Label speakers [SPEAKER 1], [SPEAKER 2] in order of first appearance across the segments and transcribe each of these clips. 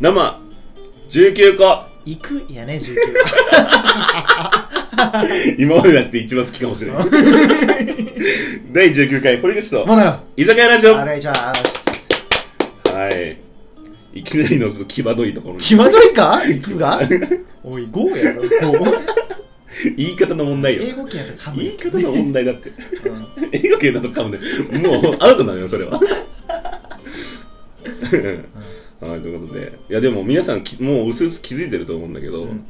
[SPEAKER 1] 生19個
[SPEAKER 2] 行くいや ね、19
[SPEAKER 1] 今までだって一番好きかもしれ ない第19回堀口と
[SPEAKER 2] は。もうなら、
[SPEAKER 1] 居酒屋ラジオ
[SPEAKER 2] お願いします。
[SPEAKER 1] はいいきなりのちょっと際どいところ に
[SPEAKER 2] 際どいか行くがおい、ゴーやろ、ゴー。
[SPEAKER 1] 言い方の問題
[SPEAKER 2] 英
[SPEAKER 1] よ
[SPEAKER 2] 語圏やったら噛む
[SPEAKER 1] 言
[SPEAKER 2] よ。
[SPEAKER 1] い方の問題だって
[SPEAKER 2] うん
[SPEAKER 1] 英語圏だと噛んでもうアウトなのよそれは はいということでいやでも皆さんきもう薄々気づいてると思うんだけど、
[SPEAKER 2] うん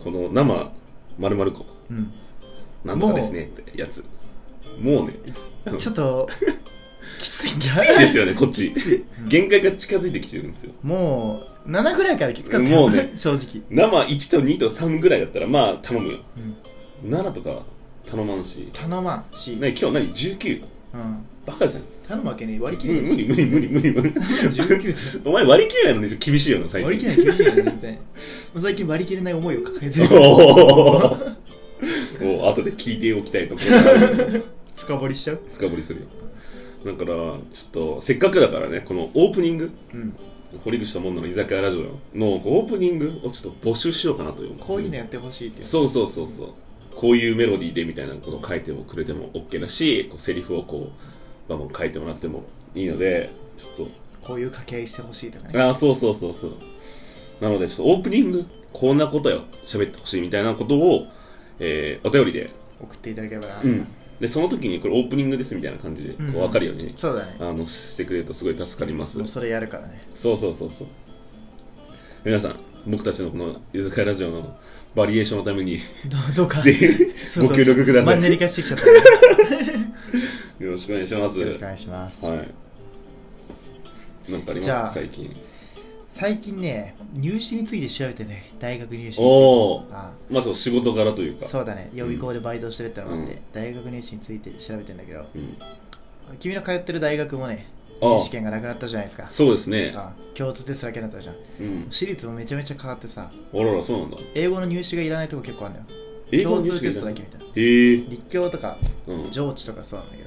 [SPEAKER 1] この生まる個
[SPEAKER 2] うん
[SPEAKER 1] なんとかですねってやつもうねうん
[SPEAKER 2] ちょっと、きついんだ
[SPEAKER 1] いいですよねこっち
[SPEAKER 2] うん
[SPEAKER 1] 限界が近づいてきてるんですよ
[SPEAKER 2] もう、7ぐらいからきつかった
[SPEAKER 1] もうね
[SPEAKER 2] 正直。
[SPEAKER 1] 生1と2と3ぐらいだったらまあ頼むよ
[SPEAKER 2] うん
[SPEAKER 1] 7とか頼まんし
[SPEAKER 2] 頼まんし、
[SPEAKER 1] ね今日何19
[SPEAKER 2] うん
[SPEAKER 1] バカじゃん
[SPEAKER 2] 頼むわけねえ割り切
[SPEAKER 1] 無
[SPEAKER 2] れ
[SPEAKER 1] 理
[SPEAKER 2] な
[SPEAKER 1] 無
[SPEAKER 2] いし。
[SPEAKER 1] 理無理無理無理無 理
[SPEAKER 2] 19
[SPEAKER 1] お前割り切れないのに厳しいよな最
[SPEAKER 2] で。
[SPEAKER 1] 近
[SPEAKER 2] 割り切れない、厳しいよね、全然。もう最近割り切れない思いを抱えてる。
[SPEAKER 1] おーお後で聞いておきたいところがある ので
[SPEAKER 2] 深掘りしちゃう
[SPEAKER 1] 深掘りするよだからちょっとせっかくだからねこのオープニング
[SPEAKER 2] うん。
[SPEAKER 1] 堀口智の居酒屋ラジオのこうオープニングをちょっと募集しようかなという
[SPEAKER 2] こういうのやってほしいっていう。
[SPEAKER 1] そうそうそうそうこういうメロディーでみたいなことを書いてもくれても OK だしこうセリフをこうバンバン書いてもらってもいいのでちょっ
[SPEAKER 2] こういう掛け合いしてほしいとか
[SPEAKER 1] と
[SPEAKER 2] ね。
[SPEAKER 1] ああそうそうそうそうなのでちょっとオープニングこんなことよ喋ってほしいみたいなことを、えーお便りで
[SPEAKER 2] 送っていただければな。
[SPEAKER 1] うんでその時にこれオープニングですみたいな感じでこ
[SPEAKER 2] うん
[SPEAKER 1] う分かるようにね、
[SPEAKER 2] そうだね。
[SPEAKER 1] あのしてくれるとすごい助かります
[SPEAKER 2] もうそれやるからね。
[SPEAKER 1] そうそうそうそう皆さん僕たちのこの居酒屋ラジオのバリエーションのために
[SPEAKER 2] どうどうか。
[SPEAKER 1] ぜひ
[SPEAKER 2] そうそう
[SPEAKER 1] ご協力ください
[SPEAKER 2] マンネリ化してきちゃったね。
[SPEAKER 1] よろしくお願いします
[SPEAKER 2] よろしくお願いします。
[SPEAKER 1] はい。なんかあり
[SPEAKER 2] じゃ
[SPEAKER 1] ま
[SPEAKER 2] あ
[SPEAKER 1] す最近。
[SPEAKER 2] 最近ね、入試について調べてね、大学入試について。
[SPEAKER 1] おお。
[SPEAKER 2] あ
[SPEAKER 1] まあそう仕事柄というか。
[SPEAKER 2] そうだね、予備校でバイトしてるってのもあって、
[SPEAKER 1] うん
[SPEAKER 2] 大学入試について調べてんだけど、
[SPEAKER 1] うん
[SPEAKER 2] 君の通ってる大学もね、
[SPEAKER 1] あ
[SPEAKER 2] 試験がなくなったじゃないですか
[SPEAKER 1] あ。。そうですね。
[SPEAKER 2] あ共通テストだけだったじゃん。
[SPEAKER 1] うん。
[SPEAKER 2] 私立もめちゃめちゃ変わってさ、
[SPEAKER 1] あららそうなんだ。
[SPEAKER 2] 英語の入試がいらないとこ結構あるんだよ。
[SPEAKER 1] 英語
[SPEAKER 2] 共
[SPEAKER 1] の入
[SPEAKER 2] 通
[SPEAKER 1] 試
[SPEAKER 2] テ
[SPEAKER 1] じ
[SPEAKER 2] ス
[SPEAKER 1] ゃ
[SPEAKER 2] ト
[SPEAKER 1] な
[SPEAKER 2] だ
[SPEAKER 1] い
[SPEAKER 2] けみたいな。
[SPEAKER 1] へえ。
[SPEAKER 2] 立教とか
[SPEAKER 1] うん。
[SPEAKER 2] 上智とかそうなんだけ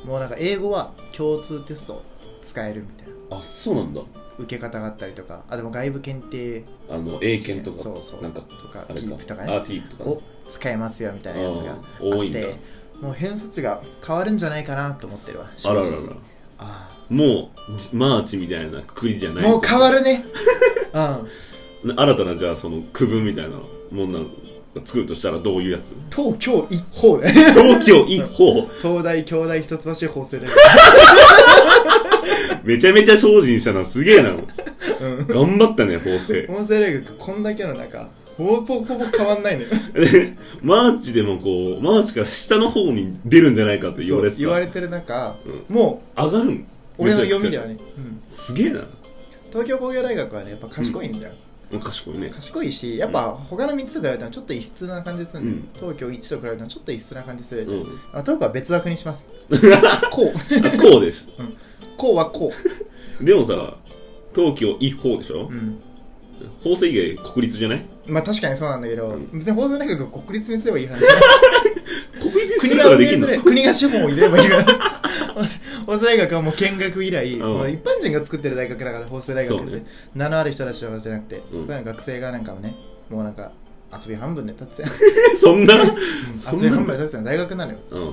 [SPEAKER 2] どもうなんか英語は共通テスト使えるみたいな
[SPEAKER 1] あそうなんだ。
[SPEAKER 2] 受け方があったりとかあでも外部検定
[SPEAKER 1] あの英検とか
[SPEAKER 2] そうそう
[SPEAKER 1] なんか
[SPEAKER 2] とか
[SPEAKER 1] あれ
[SPEAKER 2] キ
[SPEAKER 1] か。
[SPEAKER 2] ープとか
[SPEAKER 1] あ
[SPEAKER 2] ね
[SPEAKER 1] ティープとかね
[SPEAKER 2] を。使えますよみたいなやつがあっ
[SPEAKER 1] うん多いんだ
[SPEAKER 2] てもう偏差値が変わるんじゃないかなと思ってるわ
[SPEAKER 1] あららら
[SPEAKER 2] 正直あ
[SPEAKER 1] もうじマーチみたいなくりじゃ
[SPEAKER 2] あ
[SPEAKER 1] ない
[SPEAKER 2] もう変わ
[SPEAKER 1] る。
[SPEAKER 2] るねうん
[SPEAKER 1] 新たなじゃあその区分みたいなもんなの作るとしたらどういうやつ？
[SPEAKER 2] 東京一方で
[SPEAKER 1] 東京一方。
[SPEAKER 2] 東大京大一橋法政
[SPEAKER 1] めちゃめちゃ精進したなすげえな。
[SPEAKER 2] 大学う
[SPEAKER 1] 頑
[SPEAKER 2] ん
[SPEAKER 1] 張ったね法政。
[SPEAKER 2] 法 政大学こんだけの中ほぼほぼ変わんないのよ
[SPEAKER 1] でマーチでもこうマーチから下の方に出るんじゃないかって言われて
[SPEAKER 2] そう
[SPEAKER 1] た
[SPEAKER 2] 言われてる中、
[SPEAKER 1] う
[SPEAKER 2] もう
[SPEAKER 1] 上がるん
[SPEAKER 2] 俺の読みではね、
[SPEAKER 1] すげえなも
[SPEAKER 2] 東京工業大学はねやっぱ賢いんだよ、
[SPEAKER 1] う賢 いね
[SPEAKER 2] 賢いしやっぱ他の3つと比べたらちょっと異質な感じするんだよ、
[SPEAKER 1] うん
[SPEAKER 2] 東京1と比べたらちょっと異質な感じするじ
[SPEAKER 1] う
[SPEAKER 2] ゃん、
[SPEAKER 1] ん
[SPEAKER 2] あ東京は別枠にします こう
[SPEAKER 1] あこうです
[SPEAKER 2] こうはこ
[SPEAKER 1] でもさ東京一方でしょ
[SPEAKER 2] う、うん、
[SPEAKER 1] 法政以外国立じゃない
[SPEAKER 2] まあ確かにそうなんだけど、
[SPEAKER 1] うん
[SPEAKER 2] 別に法政大学を国立にすればいい話
[SPEAKER 1] 国立にす
[SPEAKER 2] 国
[SPEAKER 1] る
[SPEAKER 2] が
[SPEAKER 1] から
[SPEAKER 2] 運
[SPEAKER 1] で
[SPEAKER 2] 営
[SPEAKER 1] き
[SPEAKER 2] す
[SPEAKER 1] るの
[SPEAKER 2] れ国が資本を入れればいいから 法政大学はもう見学以来、
[SPEAKER 1] ん
[SPEAKER 2] もう一般人が作ってる大学だから法政大学っ
[SPEAKER 1] そう
[SPEAKER 2] て、
[SPEAKER 1] ね
[SPEAKER 2] 名のある人たちとかじゃなくて、
[SPEAKER 1] うん
[SPEAKER 2] そこらの学生がなんかもねもうなんか遊び半分で立つやん
[SPEAKER 1] そんなそんな
[SPEAKER 2] 遊び半分で立つやん大学なのよ
[SPEAKER 1] うん
[SPEAKER 2] 法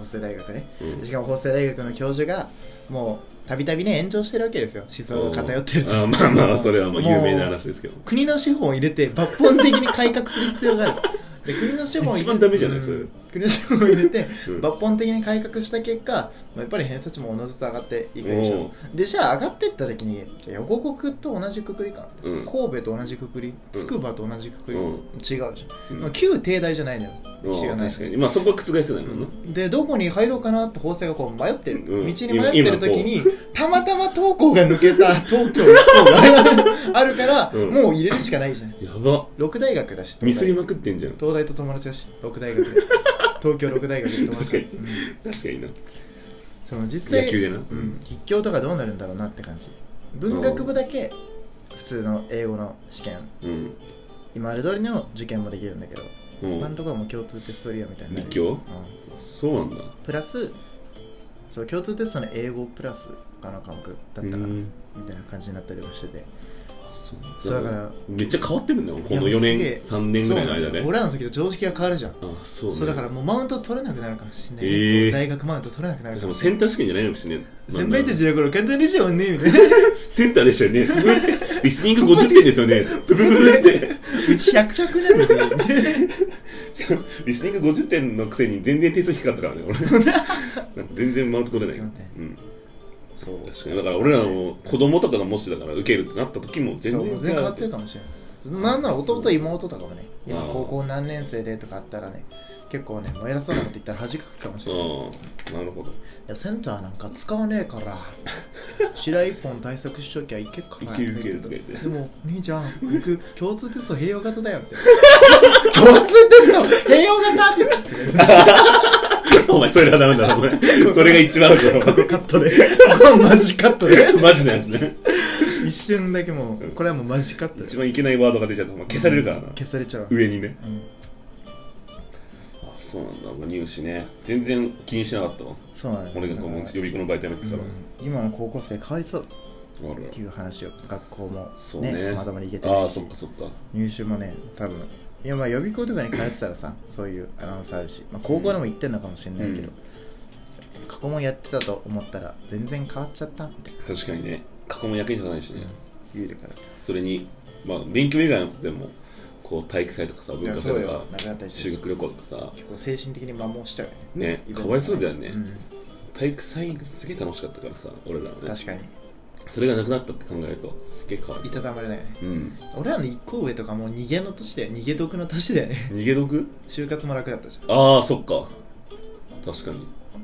[SPEAKER 2] 政大学ね
[SPEAKER 1] うん
[SPEAKER 2] しかも法政大学の教授がもうたびたびね炎上してるわけですよ思想が偏ってると
[SPEAKER 1] あまあまあそれはまあ有名な話ですけど
[SPEAKER 2] 国の資本を入れて抜本的に改革する必要があ るとで国の資本を入れ
[SPEAKER 1] 一番ダメじゃない
[SPEAKER 2] うん
[SPEAKER 1] それ
[SPEAKER 2] 国の資本を入れて
[SPEAKER 1] うん
[SPEAKER 2] 抜本的に改革した結果、まあ、やっぱり偏差値もおのずと上がっていくでし
[SPEAKER 1] お
[SPEAKER 2] ょでじゃあ上がっていった時にじゃあ横国と同じくくりか、
[SPEAKER 1] うん
[SPEAKER 2] 神戸と同じくくり筑波と同じくくり、
[SPEAKER 1] うん
[SPEAKER 2] 違うじゃん、
[SPEAKER 1] うん
[SPEAKER 2] まあ、旧帝大じゃないのよ歴史
[SPEAKER 1] う
[SPEAKER 2] が
[SPEAKER 1] ん
[SPEAKER 2] ない
[SPEAKER 1] 確かにまあそこは覆せないもんな
[SPEAKER 2] でどこに入ろうかなって法政がこう迷ってる、
[SPEAKER 1] うん
[SPEAKER 2] 道に迷ってる時にたまたま東校が抜けた東 京のがあるから、
[SPEAKER 1] うん
[SPEAKER 2] もう入れるしかないじゃん
[SPEAKER 1] やば
[SPEAKER 2] 六大学だし
[SPEAKER 1] ミスり
[SPEAKER 2] 東
[SPEAKER 1] まくってんじゃん
[SPEAKER 2] 大東大と友達だし六大学で東京六大学で友達だ
[SPEAKER 1] 確
[SPEAKER 2] うん
[SPEAKER 1] 確かにな
[SPEAKER 2] その実際
[SPEAKER 1] 野球でな
[SPEAKER 2] うん、筆教とかどうなるんだろうなって感じ文学部だけ普通の英語の試験
[SPEAKER 1] うん
[SPEAKER 2] 今ある通りの受験もできるんだけど、
[SPEAKER 1] う
[SPEAKER 2] 今の
[SPEAKER 1] ん
[SPEAKER 2] ところはもう共通テスト利用みたいな
[SPEAKER 1] 立教
[SPEAKER 2] うん
[SPEAKER 1] そうなんだ
[SPEAKER 2] プラスそう共通テストの英語プラス他の科目だったからみたいな感じになったりとかしててそうだから
[SPEAKER 1] めっちゃ変わってるんだよこの
[SPEAKER 2] いや
[SPEAKER 1] 4
[SPEAKER 2] すげえ
[SPEAKER 1] 年3年ぐらいの間
[SPEAKER 2] そうな
[SPEAKER 1] ね
[SPEAKER 2] の俺らの時と常識が変わるじゃん
[SPEAKER 1] あそうね
[SPEAKER 2] そうだからもうマウント取れなくなるかもしれない、
[SPEAKER 1] ええ
[SPEAKER 2] 大学マウント取れなくなる
[SPEAKER 1] しか
[SPEAKER 2] か
[SPEAKER 1] も
[SPEAKER 2] もし
[SPEAKER 1] セ
[SPEAKER 2] れ
[SPEAKER 1] ン
[SPEAKER 2] ない
[SPEAKER 1] ター試験じゃないのかもしれない
[SPEAKER 2] 先輩たちの頃簡単でしょうねみたいな
[SPEAKER 1] センターでしたよね リスニング50点ですよねブブブブって
[SPEAKER 2] うち100百なんだよみたいな
[SPEAKER 1] リスニング50点のくせに全然点数低かったからね俺 なんか全然マウント取れない
[SPEAKER 2] 待って
[SPEAKER 1] うん
[SPEAKER 2] そう
[SPEAKER 1] 確かにだから俺らの子供とかがもしだから受けるってなった時も全
[SPEAKER 2] そう
[SPEAKER 1] 然
[SPEAKER 2] 全然変わってるかもしれないなんなら弟妹とかもね今
[SPEAKER 1] あー
[SPEAKER 2] 高校何年生でとかあったらね結構ねもう偉そうなこと言ったら恥かくかもしれないい
[SPEAKER 1] ああなるほど
[SPEAKER 2] やセンターなんか使わねえ から白一本対策しときゃいけっか
[SPEAKER 1] い
[SPEAKER 2] ら
[SPEAKER 1] けるいけるとか
[SPEAKER 2] で
[SPEAKER 1] 言って
[SPEAKER 2] も兄ちゃん僕共通テスト併用型だよ って共通テスト併用型って言ってた
[SPEAKER 1] お前それはダメだな お前それが一番アウト
[SPEAKER 2] こ
[SPEAKER 1] だ
[SPEAKER 2] こカットでここはマジカットで
[SPEAKER 1] マジなやつね
[SPEAKER 2] 一瞬だけもうこれはもうマジカットで
[SPEAKER 1] 一番いけないワードが出ちゃうとお前消されるからな
[SPEAKER 2] 消されちゃう、
[SPEAKER 1] 上にね
[SPEAKER 2] うん、
[SPEAKER 1] あそうなんだ入試ね全然気にしなかったわ
[SPEAKER 2] そうなのよ
[SPEAKER 1] 俺がこう予備校のバイトやめてたから
[SPEAKER 2] うん今の高校生かわいそう
[SPEAKER 1] ある
[SPEAKER 2] っていう話を学校も
[SPEAKER 1] そう
[SPEAKER 2] ね
[SPEAKER 1] ね
[SPEAKER 2] まともに行けて
[SPEAKER 1] あ
[SPEAKER 2] な
[SPEAKER 1] あ
[SPEAKER 2] い
[SPEAKER 1] そっ
[SPEAKER 2] し
[SPEAKER 1] かそっか
[SPEAKER 2] 入試もね多分いやまあ予備校とかに通ってたらさそういうアナウンスあるし、まあ、高校でも行ってんのかもしれないけど、過去問やってたと思ったら全然変わっちゃったみたいな
[SPEAKER 1] 確かにね過去も役に立たないしね
[SPEAKER 2] 言うてから
[SPEAKER 1] それにまあ勉強以外のことでもこう体育祭とかさ文化祭とか
[SPEAKER 2] なくなったりして
[SPEAKER 1] 修学旅行とかさ
[SPEAKER 2] 結構精神的に摩耗しちゃうよね
[SPEAKER 1] ね
[SPEAKER 2] イベントと
[SPEAKER 1] かわいそうだよね、
[SPEAKER 2] ん
[SPEAKER 1] 体育祭すげえ楽しかったからさ俺らはね
[SPEAKER 2] 確かに
[SPEAKER 1] それがなくなったって考えるとすげえかわい
[SPEAKER 2] い
[SPEAKER 1] そう
[SPEAKER 2] たたまれないよね
[SPEAKER 1] うん
[SPEAKER 2] 俺らの一個上とかもう逃げの年だよ逃げ得の年だよね
[SPEAKER 1] 逃げ毒
[SPEAKER 2] 就活も楽だったじゃん、
[SPEAKER 1] ああそっか確かに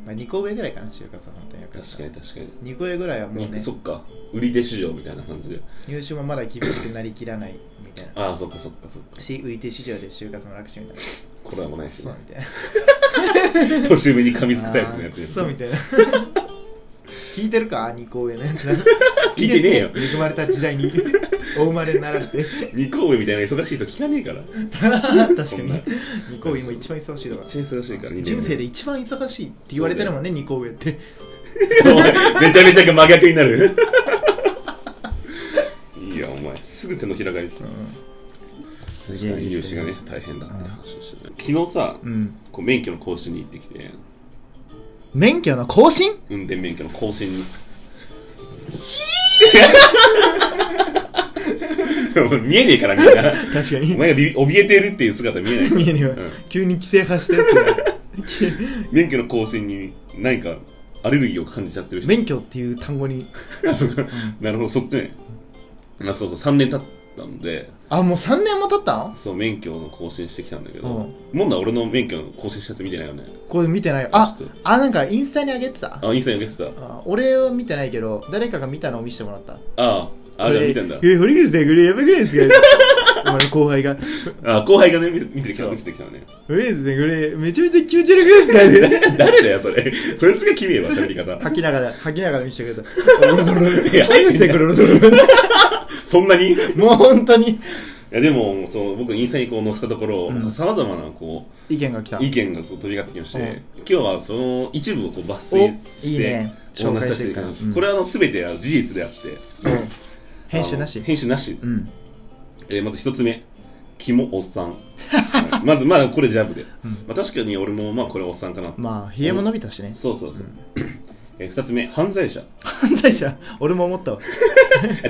[SPEAKER 2] まあ、2個上ぐらいかな就活は本当に楽だった
[SPEAKER 1] 確かに確かに
[SPEAKER 2] 2個上ぐらいはもうね
[SPEAKER 1] 肉そっか売り手市場みたいな感じで
[SPEAKER 2] 入手もまだ厳しくなりきらないみたいな
[SPEAKER 1] ああそっかそっかそっか
[SPEAKER 2] し売り手市場で就活も楽しみたいな
[SPEAKER 1] これはもうないし
[SPEAKER 2] そう
[SPEAKER 1] ね
[SPEAKER 2] みたいな
[SPEAKER 1] 年上に噛みつくタイプのやつ
[SPEAKER 2] あー
[SPEAKER 1] ね
[SPEAKER 2] クソみたいな聞いてるか二個上のやつ
[SPEAKER 1] 聞いてねえよ
[SPEAKER 2] 恵まれた時 代にお生まれになられて
[SPEAKER 1] 二個上みたいな忙しい人聞かねえから
[SPEAKER 2] 確か
[SPEAKER 1] そん
[SPEAKER 2] に
[SPEAKER 1] な
[SPEAKER 2] 二個上も一番忙しいとか
[SPEAKER 1] 一番忙しいから二年
[SPEAKER 2] 人生で一番忙しいって言われてるもんね二個上って
[SPEAKER 1] お前めちゃめちゃ真逆になるいやお前すぐ手のひら返り
[SPEAKER 2] す
[SPEAKER 1] 確かに入試がね大変だって話をしてた昨日さ
[SPEAKER 2] うん
[SPEAKER 1] こう免許の更新に行ってきて
[SPEAKER 2] 免許の更新
[SPEAKER 1] 運転免許の更新にお前見えねえからみんな
[SPEAKER 2] 確 か
[SPEAKER 1] お
[SPEAKER 2] に
[SPEAKER 1] 前がび怯えてるっていう姿見えないから
[SPEAKER 2] 見えねえわ
[SPEAKER 1] うん
[SPEAKER 2] 急に規制発したやつが
[SPEAKER 1] 免許の更新に何かアレルギーを感じちゃってる人
[SPEAKER 2] 免許っていう単語に
[SPEAKER 1] あそうか なるほどそっちねあそうそう3年経ったんで
[SPEAKER 2] あもう3年も経ったん
[SPEAKER 1] そう免許の更新してきたんだけど、
[SPEAKER 2] うん
[SPEAKER 1] もんな俺の免許の更新したやつ見てないよね
[SPEAKER 2] これ見てないよあ
[SPEAKER 1] ちょっと
[SPEAKER 2] あなんかインスタに上げてた
[SPEAKER 1] あインスタに上げてた
[SPEAKER 2] あ俺は見てないけど誰かが見たのを見せてもらった
[SPEAKER 1] あああじゃあ見てんだ
[SPEAKER 2] え堀口さんこれやばくないですか俺の後輩が
[SPEAKER 1] あ後輩がね見て見てきた
[SPEAKER 2] そう
[SPEAKER 1] 見てきたね
[SPEAKER 2] 堀口さんこれめちゃめちゃ気持ち悪くないですか
[SPEAKER 1] 誰だよそれそいつが君やわ喋り方
[SPEAKER 2] 吐きながら吐きながら見せてくれた俺の俺の
[SPEAKER 1] いや
[SPEAKER 2] 堀口さんこれ俺の俺の
[SPEAKER 1] そんな にい
[SPEAKER 2] もう本当に
[SPEAKER 1] やでもそう僕インスタにこう載せたところ
[SPEAKER 2] うん
[SPEAKER 1] さまざまなこ
[SPEAKER 2] 意見が来た
[SPEAKER 1] う意見がこう飛び交ってきまして、
[SPEAKER 2] うん
[SPEAKER 1] 今日はその一部をこう抜
[SPEAKER 2] お
[SPEAKER 1] 粋して
[SPEAKER 2] いいね
[SPEAKER 1] お
[SPEAKER 2] 紹
[SPEAKER 1] 話し
[SPEAKER 2] 介
[SPEAKER 1] さ
[SPEAKER 2] し
[SPEAKER 1] せて
[SPEAKER 2] て
[SPEAKER 1] い
[SPEAKER 2] る
[SPEAKER 1] た
[SPEAKER 2] か
[SPEAKER 1] だき
[SPEAKER 2] ら、
[SPEAKER 1] ます
[SPEAKER 2] うん
[SPEAKER 1] これはあの全ては事実であって
[SPEAKER 2] うん編集な
[SPEAKER 1] あ
[SPEAKER 2] し
[SPEAKER 1] の編集なし、
[SPEAKER 2] うん
[SPEAKER 1] えーまず一つ目キモおっさん、はいまずまあこれジャブで、
[SPEAKER 2] うん
[SPEAKER 1] まあ、確かに俺もまあこれおっさんかな
[SPEAKER 2] まあひげも伸びたしね
[SPEAKER 1] そうそうそう
[SPEAKER 2] うん、
[SPEAKER 1] えー二つ目犯罪者
[SPEAKER 2] 犯罪者俺も思ったわ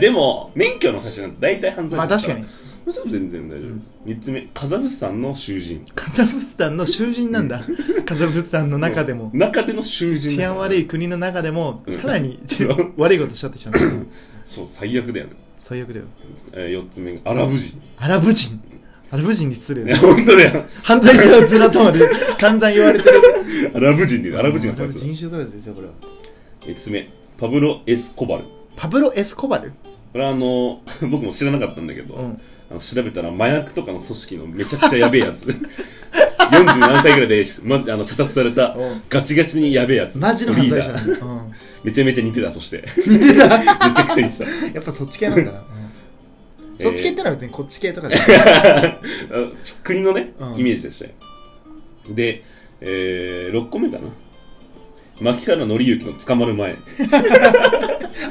[SPEAKER 1] でも免許の差しなんて大体犯罪者
[SPEAKER 2] まあ
[SPEAKER 1] だ
[SPEAKER 2] 確
[SPEAKER 1] ら
[SPEAKER 2] かに
[SPEAKER 1] それは全然大丈夫、
[SPEAKER 2] うん
[SPEAKER 1] 三つ目カザフスタンの囚人
[SPEAKER 2] カザフスタンの囚人なんだカザフスタンの中でも
[SPEAKER 1] 中での囚人
[SPEAKER 2] 治安悪
[SPEAKER 1] い
[SPEAKER 2] い国の中でも
[SPEAKER 1] うん
[SPEAKER 2] さらに
[SPEAKER 1] そう
[SPEAKER 2] 悪いことしちゃってきたんだ
[SPEAKER 1] そう最悪だよね、
[SPEAKER 2] 最悪だよ
[SPEAKER 1] えー、四つ目アラブ人
[SPEAKER 2] アラブ人アラブ人に失
[SPEAKER 1] いや
[SPEAKER 2] 礼
[SPEAKER 1] 本当だよ
[SPEAKER 2] 犯罪者のずらとまで散々言われてる
[SPEAKER 1] アラブ人でアラブ人が
[SPEAKER 2] アラ
[SPEAKER 1] 怖い
[SPEAKER 2] ブ
[SPEAKER 1] そう
[SPEAKER 2] 人種差別ですよこれは
[SPEAKER 1] 5つ目パブロ・エスコバル
[SPEAKER 2] パブロ・エスコバル
[SPEAKER 1] これはあの 僕も知らなかったんだけど、
[SPEAKER 2] うん
[SPEAKER 1] あの調べたら麻薬とかの組織のめちゃくちゃやべえやつ47歳ぐらいで、ま、ずあの射殺されたガチガチにやべえやつ
[SPEAKER 2] マジの犯
[SPEAKER 1] リー
[SPEAKER 2] 罪
[SPEAKER 1] ダ
[SPEAKER 2] 者な
[SPEAKER 1] ー
[SPEAKER 2] んだうん
[SPEAKER 1] めちゃめちゃ似てたそして
[SPEAKER 2] 似てた
[SPEAKER 1] めちゃくちゃ似てた
[SPEAKER 2] やっぱそっち系なんだなうん
[SPEAKER 1] えー
[SPEAKER 2] そっち系ってのは別にこっち系とかじゃ ない
[SPEAKER 1] あのち国のね、
[SPEAKER 2] うん
[SPEAKER 1] イメージでしたよで、えー、6個目かな牧原紀之の捕まる前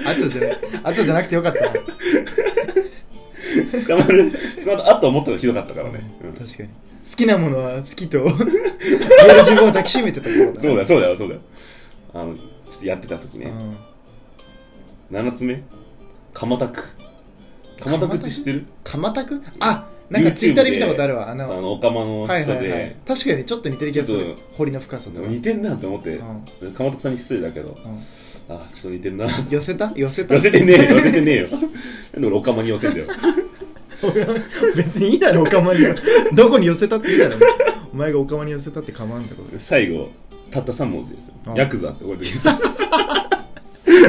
[SPEAKER 2] あとじゃないあとじゃなくてよかったな
[SPEAKER 1] 捕まる捕まった後思ったのひどかったからね、うん
[SPEAKER 2] 確かに好きなものは好きと 自分を抱きしめてた頃だな
[SPEAKER 1] そうだよそうだよそうだよあのちょっとやってた時
[SPEAKER 2] う
[SPEAKER 1] ね、
[SPEAKER 2] ん
[SPEAKER 1] 7つ目蒲田区蒲田区って知ってる
[SPEAKER 2] 鎌田区あなんかツイッターで見たことあるわあ
[SPEAKER 1] あ
[SPEAKER 2] の
[SPEAKER 1] のおかまの
[SPEAKER 2] はい
[SPEAKER 1] 下
[SPEAKER 2] はいはい
[SPEAKER 1] で、
[SPEAKER 2] 確かにちょっと似てる気がす
[SPEAKER 1] ちょっ
[SPEAKER 2] る
[SPEAKER 1] と
[SPEAKER 2] 彫りの深さとか、
[SPEAKER 1] 似てんなと思って
[SPEAKER 2] う、ん
[SPEAKER 1] 鎌田さんに失礼だけど
[SPEAKER 2] うん
[SPEAKER 1] あちょっと似てるな
[SPEAKER 2] 寄せた寄せた
[SPEAKER 1] 寄せてねえよ寄せてねえよなんで俺おかまに寄せんだよ
[SPEAKER 2] 別にいいだろおかまにどこに寄せたっていいだろお前がおかまに寄せたって構わんってこと
[SPEAKER 1] 最後たった3文字ですよ
[SPEAKER 2] うん
[SPEAKER 1] ヤクザってこれで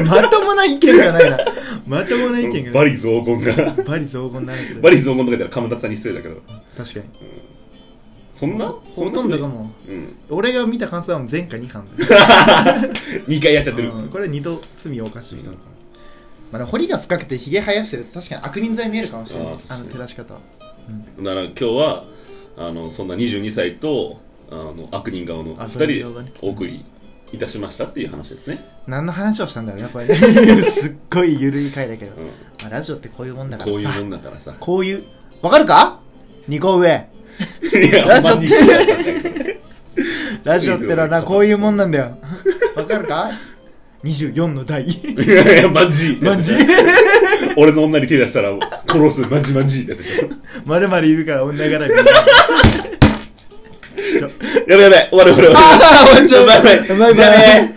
[SPEAKER 2] まともな意見がないなまともな意見が
[SPEAKER 1] バ
[SPEAKER 2] ない
[SPEAKER 1] リ雑言が
[SPEAKER 2] バリ雑言なんだけど
[SPEAKER 1] バリ雑言とか言ったら鎌田さんに失礼だけど
[SPEAKER 2] 確かに
[SPEAKER 1] そんな
[SPEAKER 2] ほとんどがも
[SPEAKER 1] う、うん、
[SPEAKER 2] う俺が見た感想はもう前回2巻だよ
[SPEAKER 1] 2回やっちゃってる、
[SPEAKER 2] うんこれ二度罪を犯してる人だから、まあ、でも彫りが深くてひげ生やしてると確かに悪人罪見えるかもしれな
[SPEAKER 1] あー
[SPEAKER 2] い
[SPEAKER 1] 確か
[SPEAKER 2] あ
[SPEAKER 1] に
[SPEAKER 2] の照らし方は、うん
[SPEAKER 1] なら今日はあのそんな22歳とあの悪人顔の2人で
[SPEAKER 2] 悪人顔がね
[SPEAKER 1] お送りいたしましたっていう話ですね、
[SPEAKER 2] 何の話をしたんだろうなこ れねすっごい緩い回だけど、
[SPEAKER 1] う
[SPEAKER 2] ま
[SPEAKER 1] ん、
[SPEAKER 2] あ、ラジオってこういうもんだからさ
[SPEAKER 1] こういうもんだからさ
[SPEAKER 2] こういうわかるか二個上
[SPEAKER 1] いや
[SPEAKER 2] ラジオって
[SPEAKER 1] お前に言うなよだから
[SPEAKER 2] ラジオってのはなこういうもんなんだ よわかるか24の第
[SPEAKER 1] いやいやマジ
[SPEAKER 2] マ ジ
[SPEAKER 1] 俺の女に手出したら殺すマジマジってやつでしょ
[SPEAKER 2] まるまるいるから 女がらみ
[SPEAKER 1] やべやべ終わる終わる終わる
[SPEAKER 2] あー終わっちゃう
[SPEAKER 1] バイバイ
[SPEAKER 2] バイバイ
[SPEAKER 1] じゃあね